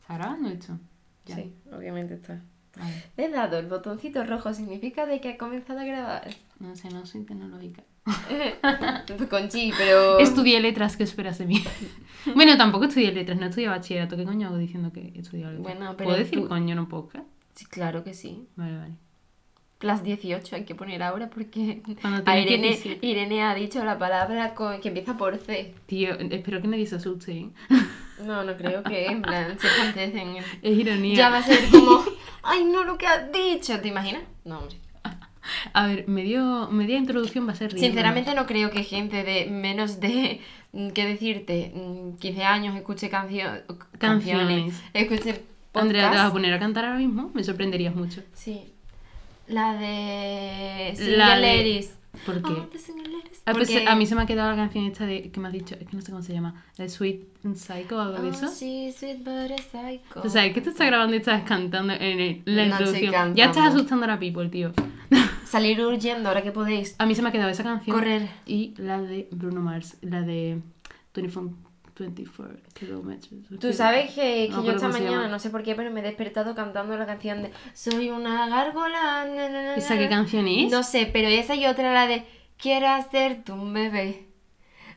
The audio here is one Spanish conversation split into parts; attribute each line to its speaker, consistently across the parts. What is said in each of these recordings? Speaker 1: ¿Está grabando esto? Ya.
Speaker 2: Sí, obviamente está.
Speaker 1: Vale.
Speaker 2: He dado el botoncito rojo, significa de que ha comenzado a grabar.
Speaker 1: No sé, no soy tecnológica.
Speaker 2: Conchi, pero...
Speaker 1: Estudié letras, ¿qué esperas de mí? bueno, tampoco estudié letras, no estudié bachillerato. ¿Qué coño hago diciendo que estudié letras?
Speaker 2: Bueno, pero
Speaker 1: ¿Puedo decir
Speaker 2: tú-
Speaker 1: coño en un podcast?
Speaker 2: Sí, claro que sí.
Speaker 1: Vale, vale.
Speaker 2: Plus 18 hay que poner ahora porque
Speaker 1: Cuando
Speaker 2: a
Speaker 1: tenía
Speaker 2: Irene,
Speaker 1: 17.
Speaker 2: Irene ha dicho la palabra con- que empieza por C.
Speaker 1: Tío, espero que nadie se asuste. ¿eh?
Speaker 2: No, no creo que en plan se acontecen.
Speaker 1: Es ironía.
Speaker 2: Ya va a ser como, ay no, lo que has dicho, ¿te imaginas? No, hombre.
Speaker 1: A ver, medio, media introducción va a ser ridícula.
Speaker 2: Sinceramente no creo que gente de menos de, mm, qué decirte, mm, 15 años escuche cancio- canciones,
Speaker 1: Canciones.
Speaker 2: escuche
Speaker 1: Andrea, ¿te vas a
Speaker 2: podcast.
Speaker 1: poner a cantar ahora mismo? Me sorprenderías mucho.
Speaker 2: Sí. La de
Speaker 1: La
Speaker 2: Single
Speaker 1: de-
Speaker 2: Ladies.
Speaker 1: ¿Por qué?
Speaker 2: Ah, de Single Ladies.
Speaker 1: Ah, pues,
Speaker 2: Porque-
Speaker 1: a mí se me ha quedado la canción esta de que me has dicho, es que no sé cómo se llama, de Sweet and Psycho o algo de
Speaker 2: Oh,
Speaker 1: eso.
Speaker 2: she's sweet but a psycho.
Speaker 1: O sea, que te estás grabando y estás cantando en el- la
Speaker 2: No estoy
Speaker 1: introducción.
Speaker 2: cantando.
Speaker 1: Ya estás asustando a la people, tío.
Speaker 2: Salir huyendo ahora que podéis.
Speaker 1: A mí se me ha quedado esa canción.
Speaker 2: Correr.
Speaker 1: Y la de Bruno Mars, la de 24, 24 kilometers.
Speaker 2: Tú sabes que, que
Speaker 1: No me
Speaker 2: yo
Speaker 1: acuerdo
Speaker 2: esta
Speaker 1: cómo se
Speaker 2: mañana,
Speaker 1: llama.
Speaker 2: no sé por qué, pero me he despertado cantando la canción de Soy una gárgola. na, na, na,
Speaker 1: ¿Esa
Speaker 2: na,
Speaker 1: qué
Speaker 2: na".
Speaker 1: canción es?
Speaker 2: No sé, pero esa y otra, la de Quiero hacer tu bebé.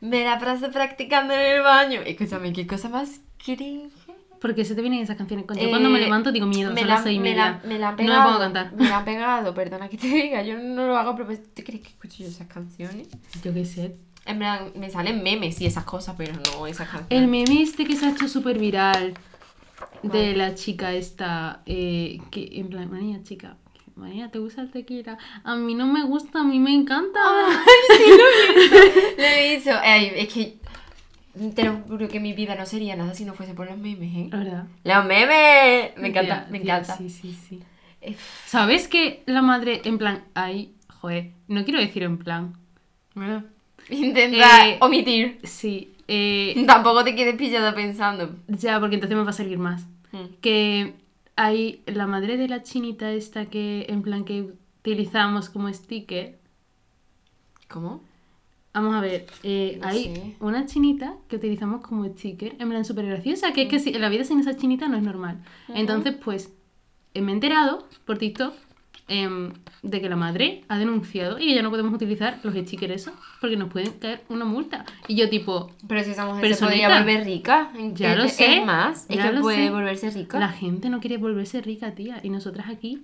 Speaker 2: Me la paso practicando en el baño. Escúchame, qué cosa más cringe.
Speaker 1: Porque se te vienen esas canciones. Pues Yo
Speaker 2: Eh,
Speaker 1: cuando me levanto digo, mierda,
Speaker 2: me
Speaker 1: son
Speaker 2: la-
Speaker 1: las seis y
Speaker 2: me
Speaker 1: media.
Speaker 2: la- me la han
Speaker 1: no me
Speaker 2: pegado,
Speaker 1: puedo cantar.
Speaker 2: Me la han pegado, perdona que te diga. Yo no lo hago, pero ¿tú crees que escucho yo esas canciones?
Speaker 1: Yo qué sé.
Speaker 2: En plan, me salen memes y esas cosas, pero no esas canciones.
Speaker 1: El meme este que se ha hecho súper viral de
Speaker 2: ¿Cuál?
Speaker 1: la chica esta, eh, que en plan, María, chica, María, ¿te gusta el tequila? A mí no me gusta, a mí me encanta.
Speaker 2: Lo he dicho. Ay, es que te lo juro que mi vida no sería nada si no fuese por los memes, ¿eh?
Speaker 1: La verdad.
Speaker 2: ¡Los memes! Me encanta,
Speaker 1: Tía,
Speaker 2: me
Speaker 1: tía,
Speaker 2: encanta.
Speaker 1: Sí, sí, sí.
Speaker 2: Eh,
Speaker 1: ¿Sabes que la madre, en plan, ay, joder, no quiero decir en plan,
Speaker 2: bueno, Intenta
Speaker 1: Eh,
Speaker 2: omitir.
Speaker 1: sí, eh,
Speaker 2: Tampoco te quedes pillada pensando.
Speaker 1: ya, porque entonces me va a salir más.
Speaker 2: Mm.
Speaker 1: Que hay la madre de la chinita esta que, en plan, que utilizamos como sticker.
Speaker 2: ¿Cómo?
Speaker 1: Vamos a ver, eh,
Speaker 2: No
Speaker 1: hay
Speaker 2: sé.
Speaker 1: una chinita que utilizamos como sticker, en plan súper graciosa, que es que si, la vida sin esa chinita no es normal. Entonces, pues, eh, me he enterado por TikTok em, de que la madre ha denunciado y que ya no podemos utilizar los stickers esos porque nos pueden caer una multa. Y yo tipo,
Speaker 2: Pero si esa mujer se
Speaker 1: Personita.
Speaker 2: podría volver rica.
Speaker 1: Ya
Speaker 2: Eh,
Speaker 1: lo
Speaker 2: es,
Speaker 1: sé,
Speaker 2: más, es
Speaker 1: ya
Speaker 2: que
Speaker 1: lo
Speaker 2: puede
Speaker 1: sé.
Speaker 2: volverse rica.
Speaker 1: la gente no quiere volverse rica, tía, y nosotras aquí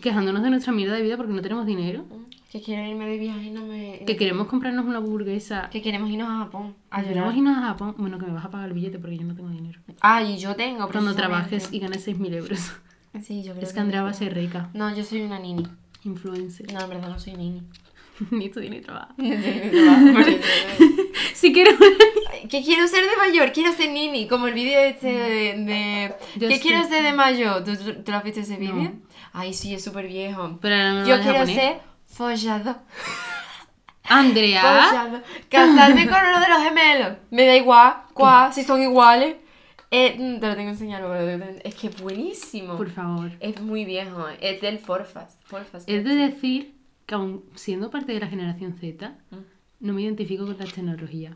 Speaker 1: quejándonos de nuestra mierda de vida porque no tenemos dinero,
Speaker 2: Que quiero irme de viaje y no me...
Speaker 1: que queremos comprarnos una hamburguesa,
Speaker 2: Que queremos irnos a Japón. Eh. A
Speaker 1: queremos
Speaker 2: llorar.
Speaker 1: irnos a Japón, bueno, que me vas a pagar el billete porque yo no tengo dinero.
Speaker 2: Ah, y yo tengo.
Speaker 1: Cuando
Speaker 2: precisamente.
Speaker 1: trabajes y ganes 6.000 euros.
Speaker 2: Sí, yo creo
Speaker 1: Es que Andrea va a ser rica.
Speaker 2: No, yo soy una nini.
Speaker 1: Influencer.
Speaker 2: No, en verdad no soy nini.
Speaker 1: ni tú ni trabajo.
Speaker 2: que
Speaker 1: Si quiero.
Speaker 2: quiero ser de mayor, quiero ser nini, como el vídeo este de... de-
Speaker 1: Yo
Speaker 2: que
Speaker 1: sé.
Speaker 2: quiero ser de mayor. ¿Tú, tú, tú lo has visto ese vídeo?
Speaker 1: No.
Speaker 2: Ay, sí, es súper viejo.
Speaker 1: Pero ahora me
Speaker 2: Yo
Speaker 1: vas a
Speaker 2: quiero
Speaker 1: poner.
Speaker 2: ser follado.
Speaker 1: Andrea.
Speaker 2: Follado. Casarme con uno de los gemelos. Me da igual, cuál, si son iguales. Eh, mm, te lo tengo que enseñar luego, lo tengo que- Es que es buenísimo.
Speaker 1: Por favor.
Speaker 2: Es muy viejo, eh. es del Forfas. Forfas.
Speaker 1: Es de decir que, aun siendo parte de la generación Z,
Speaker 2: Mm.
Speaker 1: no me identifico con la tecnología.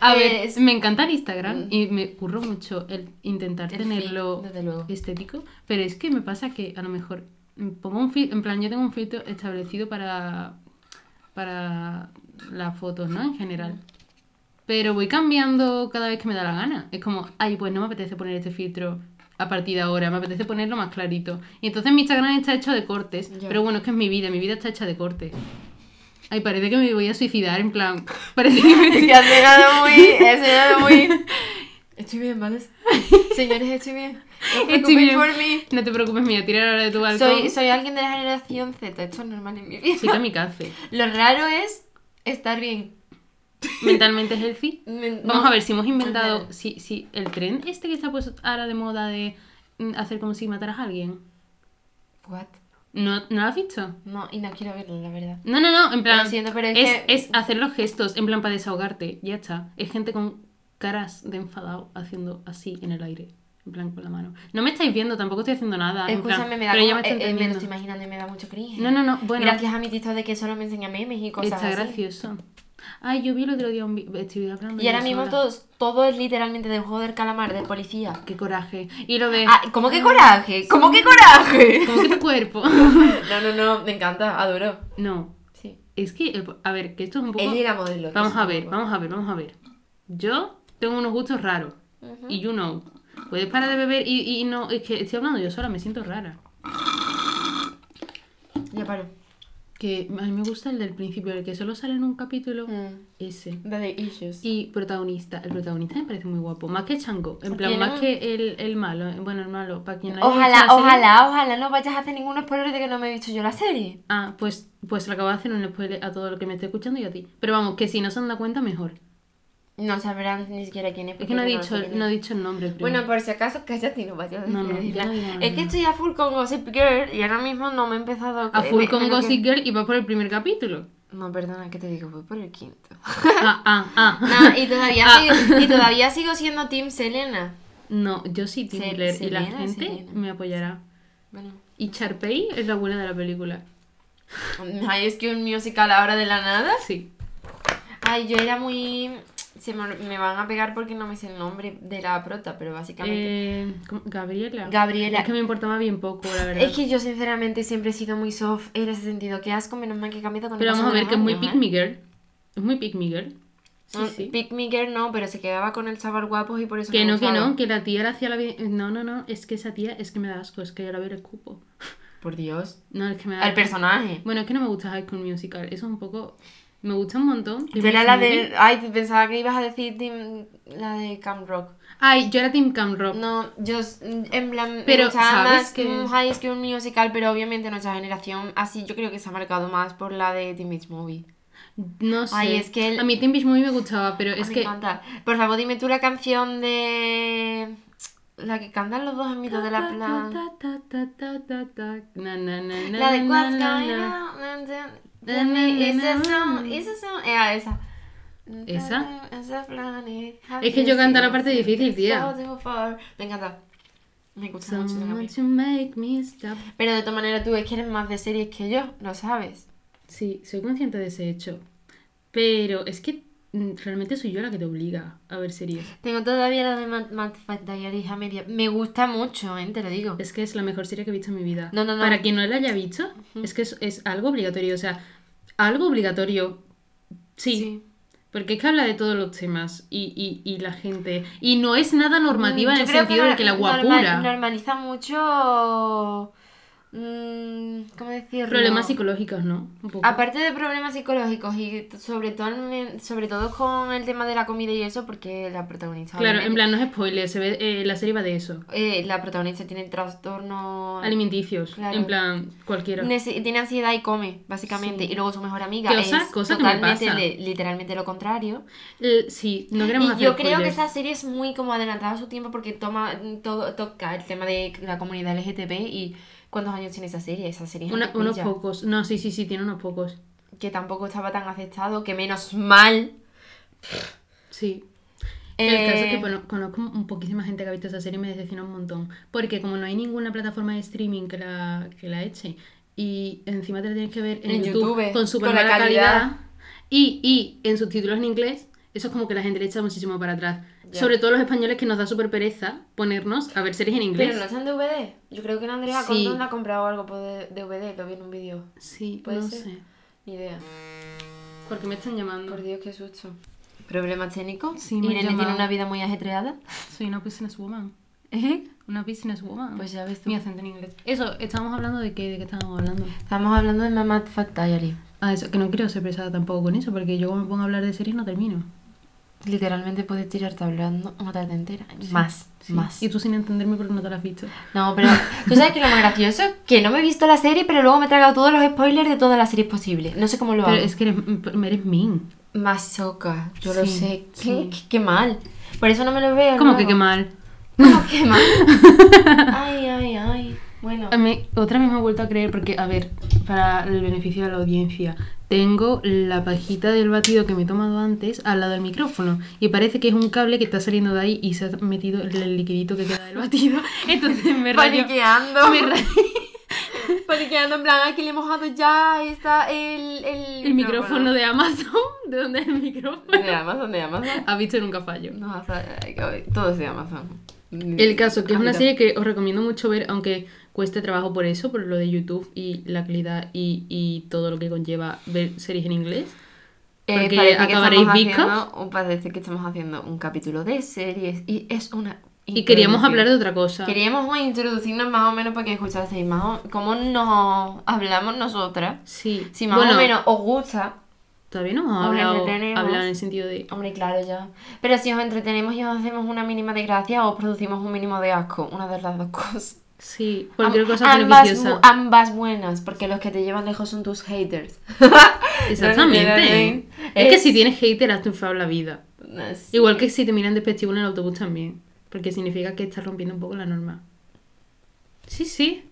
Speaker 1: A ver,
Speaker 2: Eh, es- Mm.
Speaker 1: me encanta el Instagram y me curro mucho el intentar
Speaker 2: El
Speaker 1: tenerlo
Speaker 2: feed, desde luego.
Speaker 1: estético, pero es que me pasa que a lo mejor pongo un filtro, en plan yo tengo un filtro establecido para para las fotos, ¿no? En general. Pero voy cambiando cada vez que me da la gana. Es como, ay, pues no me apetece poner este filtro a partir de ahora, me apetece ponerlo más clarito. Y entonces mi Instagram está hecho de cortes,
Speaker 2: Ya.
Speaker 1: pero bueno, es que es mi vida, mi vida está hecha de cortes. Ay, parece que me voy a suicidar, en plan, parece que me
Speaker 2: Es
Speaker 1: estoy
Speaker 2: que has llegado muy. Has llegado muy. Estoy bien, ¿vale? Señores, estoy bien. No os
Speaker 1: Estoy
Speaker 2: preocupéis
Speaker 1: bien.
Speaker 2: por mí.
Speaker 1: No te preocupes, mira, tirar ahora de tu balcón.
Speaker 2: Soy, soy alguien de la generación Z, esto es normal en mi vida.
Speaker 1: Soy kamikaze.
Speaker 2: Lo raro es estar bien.
Speaker 1: Mentalmente healthy.
Speaker 2: Me-
Speaker 1: Vamos
Speaker 2: no.
Speaker 1: a ver si hemos inventado.
Speaker 2: Ajá.
Speaker 1: Si, si el tren este que está puesto ahora de moda de mm, hacer como si mataras a alguien.
Speaker 2: What?
Speaker 1: ¿No, ¿no lo has visto?
Speaker 2: No, y no quiero verlo, la verdad.
Speaker 1: No, no, no, en plan.
Speaker 2: Lo siento, pero es
Speaker 1: es,
Speaker 2: que-
Speaker 1: es hacer los gestos, en plan para desahogarte, ya está. Es gente con caras de enfadado haciendo así en el aire, en plan con la mano. No me estáis viendo, tampoco estoy haciendo nada. Ah, en plan,
Speaker 2: Escúchame, me da.
Speaker 1: pero ya me
Speaker 2: como-
Speaker 1: está
Speaker 2: eh, eh, me lo
Speaker 1: entendiendo.
Speaker 2: estoy imaginando y me da mucho cringe.
Speaker 1: No, no, no, bueno,
Speaker 2: Gracias a mi TikTok de que solo me enseña memes y cosas
Speaker 1: está
Speaker 2: así.
Speaker 1: gracioso. Ay, yo vi el otro día un vi- Estoy hablando.
Speaker 2: Y
Speaker 1: yo
Speaker 2: ahora mismo
Speaker 1: sola.
Speaker 2: todo, todo es literalmente de juego del calamar, de policía.
Speaker 1: Qué coraje. Y lo de.
Speaker 2: Ah, ¿Cómo que coraje? ¿Cómo que coraje?
Speaker 1: Como que tu cuerpo.
Speaker 2: No, no, no, me encanta, adoro.
Speaker 1: no.
Speaker 2: Sí.
Speaker 1: Es que. el po- A ver, que esto es un poco.
Speaker 2: Es ir a modelo. que
Speaker 1: Vamos
Speaker 2: es
Speaker 1: a
Speaker 2: un
Speaker 1: ver,
Speaker 2: poco.
Speaker 1: vamos a ver, vamos a ver. Yo tengo unos gustos raros.
Speaker 2: Ujú.
Speaker 1: Y you know. Puedes parar de beber y, y no. Es que estoy hablando yo sola, me siento rara.
Speaker 2: Ya paro.
Speaker 1: Que a mí me gusta el del principio, el que solo sale en un capítulo.
Speaker 2: Mm.
Speaker 1: Ese.
Speaker 2: De The Issues.
Speaker 1: Y protagonista. El protagonista me parece muy guapo. Más que Chango. En plan,
Speaker 2: ¿Quién?
Speaker 1: más que el, el malo. eh, Bueno, el malo. Para quien no ¿eh? haya visto la
Speaker 2: Ojalá,
Speaker 1: serie-
Speaker 2: ojalá, ojalá no vayas a hacer ningún spoiler de que no me he visto yo la serie.
Speaker 1: Ah, pues, pues le acabo de hacer un spoiler a todo lo que me esté escuchando y a ti. Pero vamos, que si no se han dado cuenta, mejor.
Speaker 2: No sabrán ni siquiera quién es.
Speaker 1: Es que
Speaker 2: porque
Speaker 1: no he
Speaker 2: lo
Speaker 1: dicho,
Speaker 2: sé quién
Speaker 1: no he
Speaker 2: es.
Speaker 1: dicho el nombre. primo.
Speaker 2: Bueno, por si acaso, cállate y no vayas a
Speaker 1: No, no,
Speaker 2: decir
Speaker 1: ya
Speaker 2: nada.
Speaker 1: no digo nada.
Speaker 2: Es que estoy a full con Gossip Girl y ahora mismo no me he empezado
Speaker 1: a full
Speaker 2: me-
Speaker 1: con
Speaker 2: me lo que-
Speaker 1: Gossip Girl y va por el primer capítulo.
Speaker 2: No, perdona, que te digo, voy por el quinto.
Speaker 1: Ah, ah, ah.
Speaker 2: No, y todavía,
Speaker 1: Ah.
Speaker 2: sigo, y todavía sigo siendo Team Selena.
Speaker 1: No, yo sí, Tim
Speaker 2: Se-
Speaker 1: Blair, y la
Speaker 2: Selena,
Speaker 1: gente
Speaker 2: Selena.
Speaker 1: me apoyará.
Speaker 2: Bueno.
Speaker 1: Y Charpey es la abuela de la película.
Speaker 2: Ay, es que un musical ahora de la nada.
Speaker 1: Sí.
Speaker 2: Ay, yo era muy. Se me, me van a pegar porque no me sé el nombre de la prota, pero básicamente.
Speaker 1: Eh, ¿cómo? Gabriela.
Speaker 2: Gabriela.
Speaker 1: Es que me importaba bien poco, la verdad.
Speaker 2: Es que yo sinceramente siempre he sido muy soft en ese sentido. Qué asco, menos mal que he cambiado con el
Speaker 1: Pero
Speaker 2: paso
Speaker 1: vamos a
Speaker 2: de
Speaker 1: ver,
Speaker 2: los
Speaker 1: que es muy
Speaker 2: años,
Speaker 1: pick
Speaker 2: ¿eh?
Speaker 1: me girl. Es muy pick me girl. Sí,
Speaker 2: Mm,
Speaker 1: sí.
Speaker 2: Pick me girl no, pero se quedaba con el chaval guapo y por eso
Speaker 1: Que
Speaker 2: me
Speaker 1: no, que
Speaker 2: gustaba.
Speaker 1: no, que la tía le hacía la vida. No, no, no, es que esa tía es que me da asco, es que yo la veo y le escupo.
Speaker 2: Por Dios.
Speaker 1: No, es que me da.
Speaker 2: Al personaje.
Speaker 1: Bueno, es que no me gusta High School Musical, eso es un poco. Me gusta un montón.
Speaker 2: Yo era la de. Ay, pensaba que ibas a decir team- la de Camp Rock.
Speaker 1: Ay, yo era Team Cam Rock.
Speaker 2: No, yo s- en plan
Speaker 1: Pero,
Speaker 2: me gustaba
Speaker 1: ¿sabes
Speaker 2: más
Speaker 1: qué?
Speaker 2: un High School Musical, pero obviamente nuestra generación así yo creo que se ha marcado más por la de Teen Beach Movie.
Speaker 1: No sé.
Speaker 2: Ay, es que el-
Speaker 1: A mí Teen Beach Movie me gustaba, pero es
Speaker 2: me
Speaker 1: que.
Speaker 2: encanta. Por favor, dime tú la canción de la que cantan los dos amigos de la plan.
Speaker 1: Ta, ta, ta, ta, ta, na, na, na, na,
Speaker 2: La de
Speaker 1: na,
Speaker 2: What's
Speaker 1: na,
Speaker 2: Going
Speaker 1: na.
Speaker 2: On, tell me, is a song, is a song. Era esa.
Speaker 1: ¿Esa?
Speaker 2: Is a planet,
Speaker 1: Es que yo canto la parte
Speaker 2: have you seen
Speaker 1: difícil, tía.
Speaker 2: so before? Me encanta. Me gusta mucho esa
Speaker 1: Someone
Speaker 2: canción.
Speaker 1: to make me stop.
Speaker 2: Pero de todas maneras tú es que eres más de series que yo, lo sabes.
Speaker 1: Sí, soy consciente de ese hecho. Pero es que mm, realmente soy yo la que te obliga a ver series.
Speaker 2: Tengo todavía la de Mad, Mad Fat Diaries a media. Me gusta mucho, ¿eh? Te lo digo.
Speaker 1: Es que es la mejor serie que he visto en mi vida.
Speaker 2: No, no, no.
Speaker 1: Para quien no la haya visto, es que es, es algo obligatorio. O sea, algo obligatorio. Sí. Porque es que habla de todos los temas y, y, y la gente. Y no es nada normativa
Speaker 2: Mm,
Speaker 1: en
Speaker 2: yo
Speaker 1: el
Speaker 2: creo
Speaker 1: sentido de
Speaker 2: nor-
Speaker 1: que la
Speaker 2: norma-
Speaker 1: guapura.
Speaker 2: normaliza mucho. mm, ¿Cómo decirlo?
Speaker 1: Problemas psicológicos, ¿no? Un poco.
Speaker 2: Aparte de problemas psicológicos y t- sobre todo, en- sobre todo con el tema de la comida y eso, porque la protagonista.
Speaker 1: claro, en
Speaker 2: obviamente,
Speaker 1: plan, no es spoiler, se ve, eh, la serie va de eso.
Speaker 2: eh, la protagonista tiene trastorno.
Speaker 1: Alimenticios,
Speaker 2: Claro.
Speaker 1: en plan, cualquiera.
Speaker 2: Nece- tiene ansiedad y come, básicamente.
Speaker 1: Sí.
Speaker 2: Y luego su mejor amiga
Speaker 1: Que, o
Speaker 2: es
Speaker 1: sea, cosa que me
Speaker 2: totalmente,
Speaker 1: pasa.
Speaker 2: le- literalmente lo contrario.
Speaker 1: Eh, sí, no queremos
Speaker 2: Y
Speaker 1: hacer
Speaker 2: yo creo que
Speaker 1: spoilers.
Speaker 2: esa serie es muy como adelantada a su tiempo porque toma mm, todo, toca el tema de la comunidad LGTB y cuántos años tiene esa serie. Esa serie es
Speaker 1: Una- unos
Speaker 2: antiguilla,
Speaker 1: pocos. No, sí, sí, sí, tiene unos pocos.
Speaker 2: que tampoco estaba tan aceptado, que menos mal.
Speaker 1: Sí.
Speaker 2: Eh,
Speaker 1: El caso es que bueno, conozco un poquísima gente que ha visto esa serie y me decepciona un montón. Porque como no hay ninguna plataforma de streaming que la, que la eche, y encima te la tienes que ver en,
Speaker 2: En
Speaker 1: YouTube,
Speaker 2: YouTube,
Speaker 1: con super
Speaker 2: con la
Speaker 1: mala calidad,
Speaker 2: calidad.
Speaker 1: y, y en subtítulos en inglés, eso es como que la gente le echa muchísimo para atrás.
Speaker 2: Ya.
Speaker 1: Sobre todo los españoles que nos da súper pereza ponernos a ver series en inglés.
Speaker 2: Pero no está en DVD. Yo creo que la Andrea
Speaker 1: Sí.
Speaker 2: Condón la ha comprado algo por de- DVD, lo vi en un vídeo.
Speaker 1: Sí,
Speaker 2: Puede
Speaker 1: no
Speaker 2: ser.
Speaker 1: sé.
Speaker 2: Ni idea.
Speaker 1: Porque me están llamando.
Speaker 2: Por Dios, qué susto. ¿Problemas técnicos?
Speaker 1: Sí, me han
Speaker 2: Irene tiene
Speaker 1: llamado.
Speaker 2: una vida muy ajetreada.
Speaker 1: Soy una businesswoman. Una businesswoman.
Speaker 2: Pues ya ves tú.
Speaker 1: Mi acento en inglés. Eso, estábamos hablando de qué, de qué estábamos hablando.
Speaker 2: Estamos hablando de Mamad Fat Diary.
Speaker 1: Ah, eso, que no quiero ser pesada tampoco con eso, porque yo como me pongo a hablar de series no termino.
Speaker 2: Literalmente puedes tirarte hablando una tarde entera. más,
Speaker 1: Sí.
Speaker 2: más.
Speaker 1: Y tú sin entenderme porque no te la has visto.
Speaker 2: No, pero tú sabes que lo más gracioso que no me he visto la serie, pero luego me he tragado todos los spoilers de todas las series posibles. No sé cómo lo
Speaker 1: Pero
Speaker 2: hago.
Speaker 1: es que eres, eres mean.
Speaker 2: Masoca, yo lo
Speaker 1: Sí,
Speaker 2: sé. Qué,
Speaker 1: sí.
Speaker 2: qué- qué mal. Por eso no me lo veo.
Speaker 1: Como
Speaker 2: luego.
Speaker 1: que qué mal.
Speaker 2: ¿Cómo que mal? ay, ay, ay. Bueno.
Speaker 1: A mí- otra vez me he vuelto a creer porque, a ver, para el beneficio de la audiencia, tengo la pajita del batido que me he tomado antes al lado del micrófono y parece que es un cable que está saliendo de ahí y se ha metido el, el liquidito que queda del batido. Entonces me rayo,
Speaker 2: Paniqueando.
Speaker 1: me rayo,
Speaker 2: Paniqueando en plan, aquí le he mojado ya, ahí está el, el,
Speaker 1: El micrófono de Amazon, ¿de dónde es el micrófono?
Speaker 2: de Amazon, de Amazon.
Speaker 1: Ha visto nunca fallo.
Speaker 2: No, o sea, ay, ay, todo es de Amazon. Ah,
Speaker 1: El caso, que es
Speaker 2: A
Speaker 1: una
Speaker 2: mí
Speaker 1: serie que os recomiendo mucho ver, aunque cueste trabajo por eso, por lo de YouTube y la calidad y, y todo lo que conlleva ver series en inglés.
Speaker 2: Eh,
Speaker 1: Porque
Speaker 2: parece
Speaker 1: acabaréis
Speaker 2: que estamos
Speaker 1: bizcos.
Speaker 2: haciendo un- parece que estamos haciendo un capítulo de series y es una.
Speaker 1: Y queríamos
Speaker 2: introducción.
Speaker 1: hablar de otra cosa.
Speaker 2: Queríamos introducirnos más o menos para que escuchaseis más o- cómo nos hablamos nosotras.
Speaker 1: Sí.
Speaker 2: Si más o menos os gusta.
Speaker 1: Todavía no hemos
Speaker 2: nos
Speaker 1: hablado,
Speaker 2: entretenemos.
Speaker 1: hablado en el sentido de...
Speaker 2: Hombre, claro, ya. Pero si os entretenemos y os hacemos una mínima de gracia o producimos un mínimo de asco, una de las dos cosas.
Speaker 1: Sí, cualquier
Speaker 2: Am-
Speaker 1: cosa
Speaker 2: ambas, bu-
Speaker 1: beneficiosa.
Speaker 2: ambas buenas, porque los que te llevan lejos son tus haters.
Speaker 1: Exactamente. Es que si tienes hater, has triunfado la vida.
Speaker 2: tienes.
Speaker 1: Igual que si te miran despectivo en el autobús también. Porque significa que estás rompiendo un poco la norma. Sí, sí.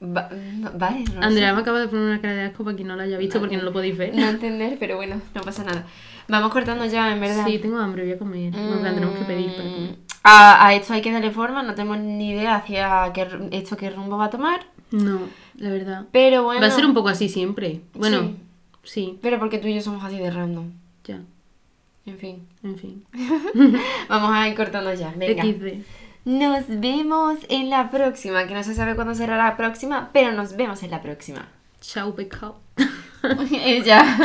Speaker 2: vale, no lo
Speaker 1: Andrea me acaba de poner una cara de asco para quien no la haya visto porque no lo podéis ver.
Speaker 2: no entender, pero bueno, no pasa nada. Vamos cortando ya, en verdad. Mm,
Speaker 1: Sí, tengo hambre, voy a comer. No, en plan, tenemos que pedir para comer.
Speaker 2: A, a esto hay que darle forma, no tenemos ni idea hacia qué, ru- esto qué rumbo va a tomar,
Speaker 1: No, la verdad.
Speaker 2: pero Mm. bueno.
Speaker 1: Va a ser un poco así siempre. Bueno, sí,
Speaker 2: Pero porque tú y yo somos así de random.
Speaker 1: ya.
Speaker 2: En fin.
Speaker 1: En fin.
Speaker 2: Vamos a ir cortando ya, venga.
Speaker 1: XD.
Speaker 2: Nos vemos en la próxima, que no se sabe cuándo será la próxima, pero nos vemos en la próxima.
Speaker 1: Chao, pecado.
Speaker 2: Ella.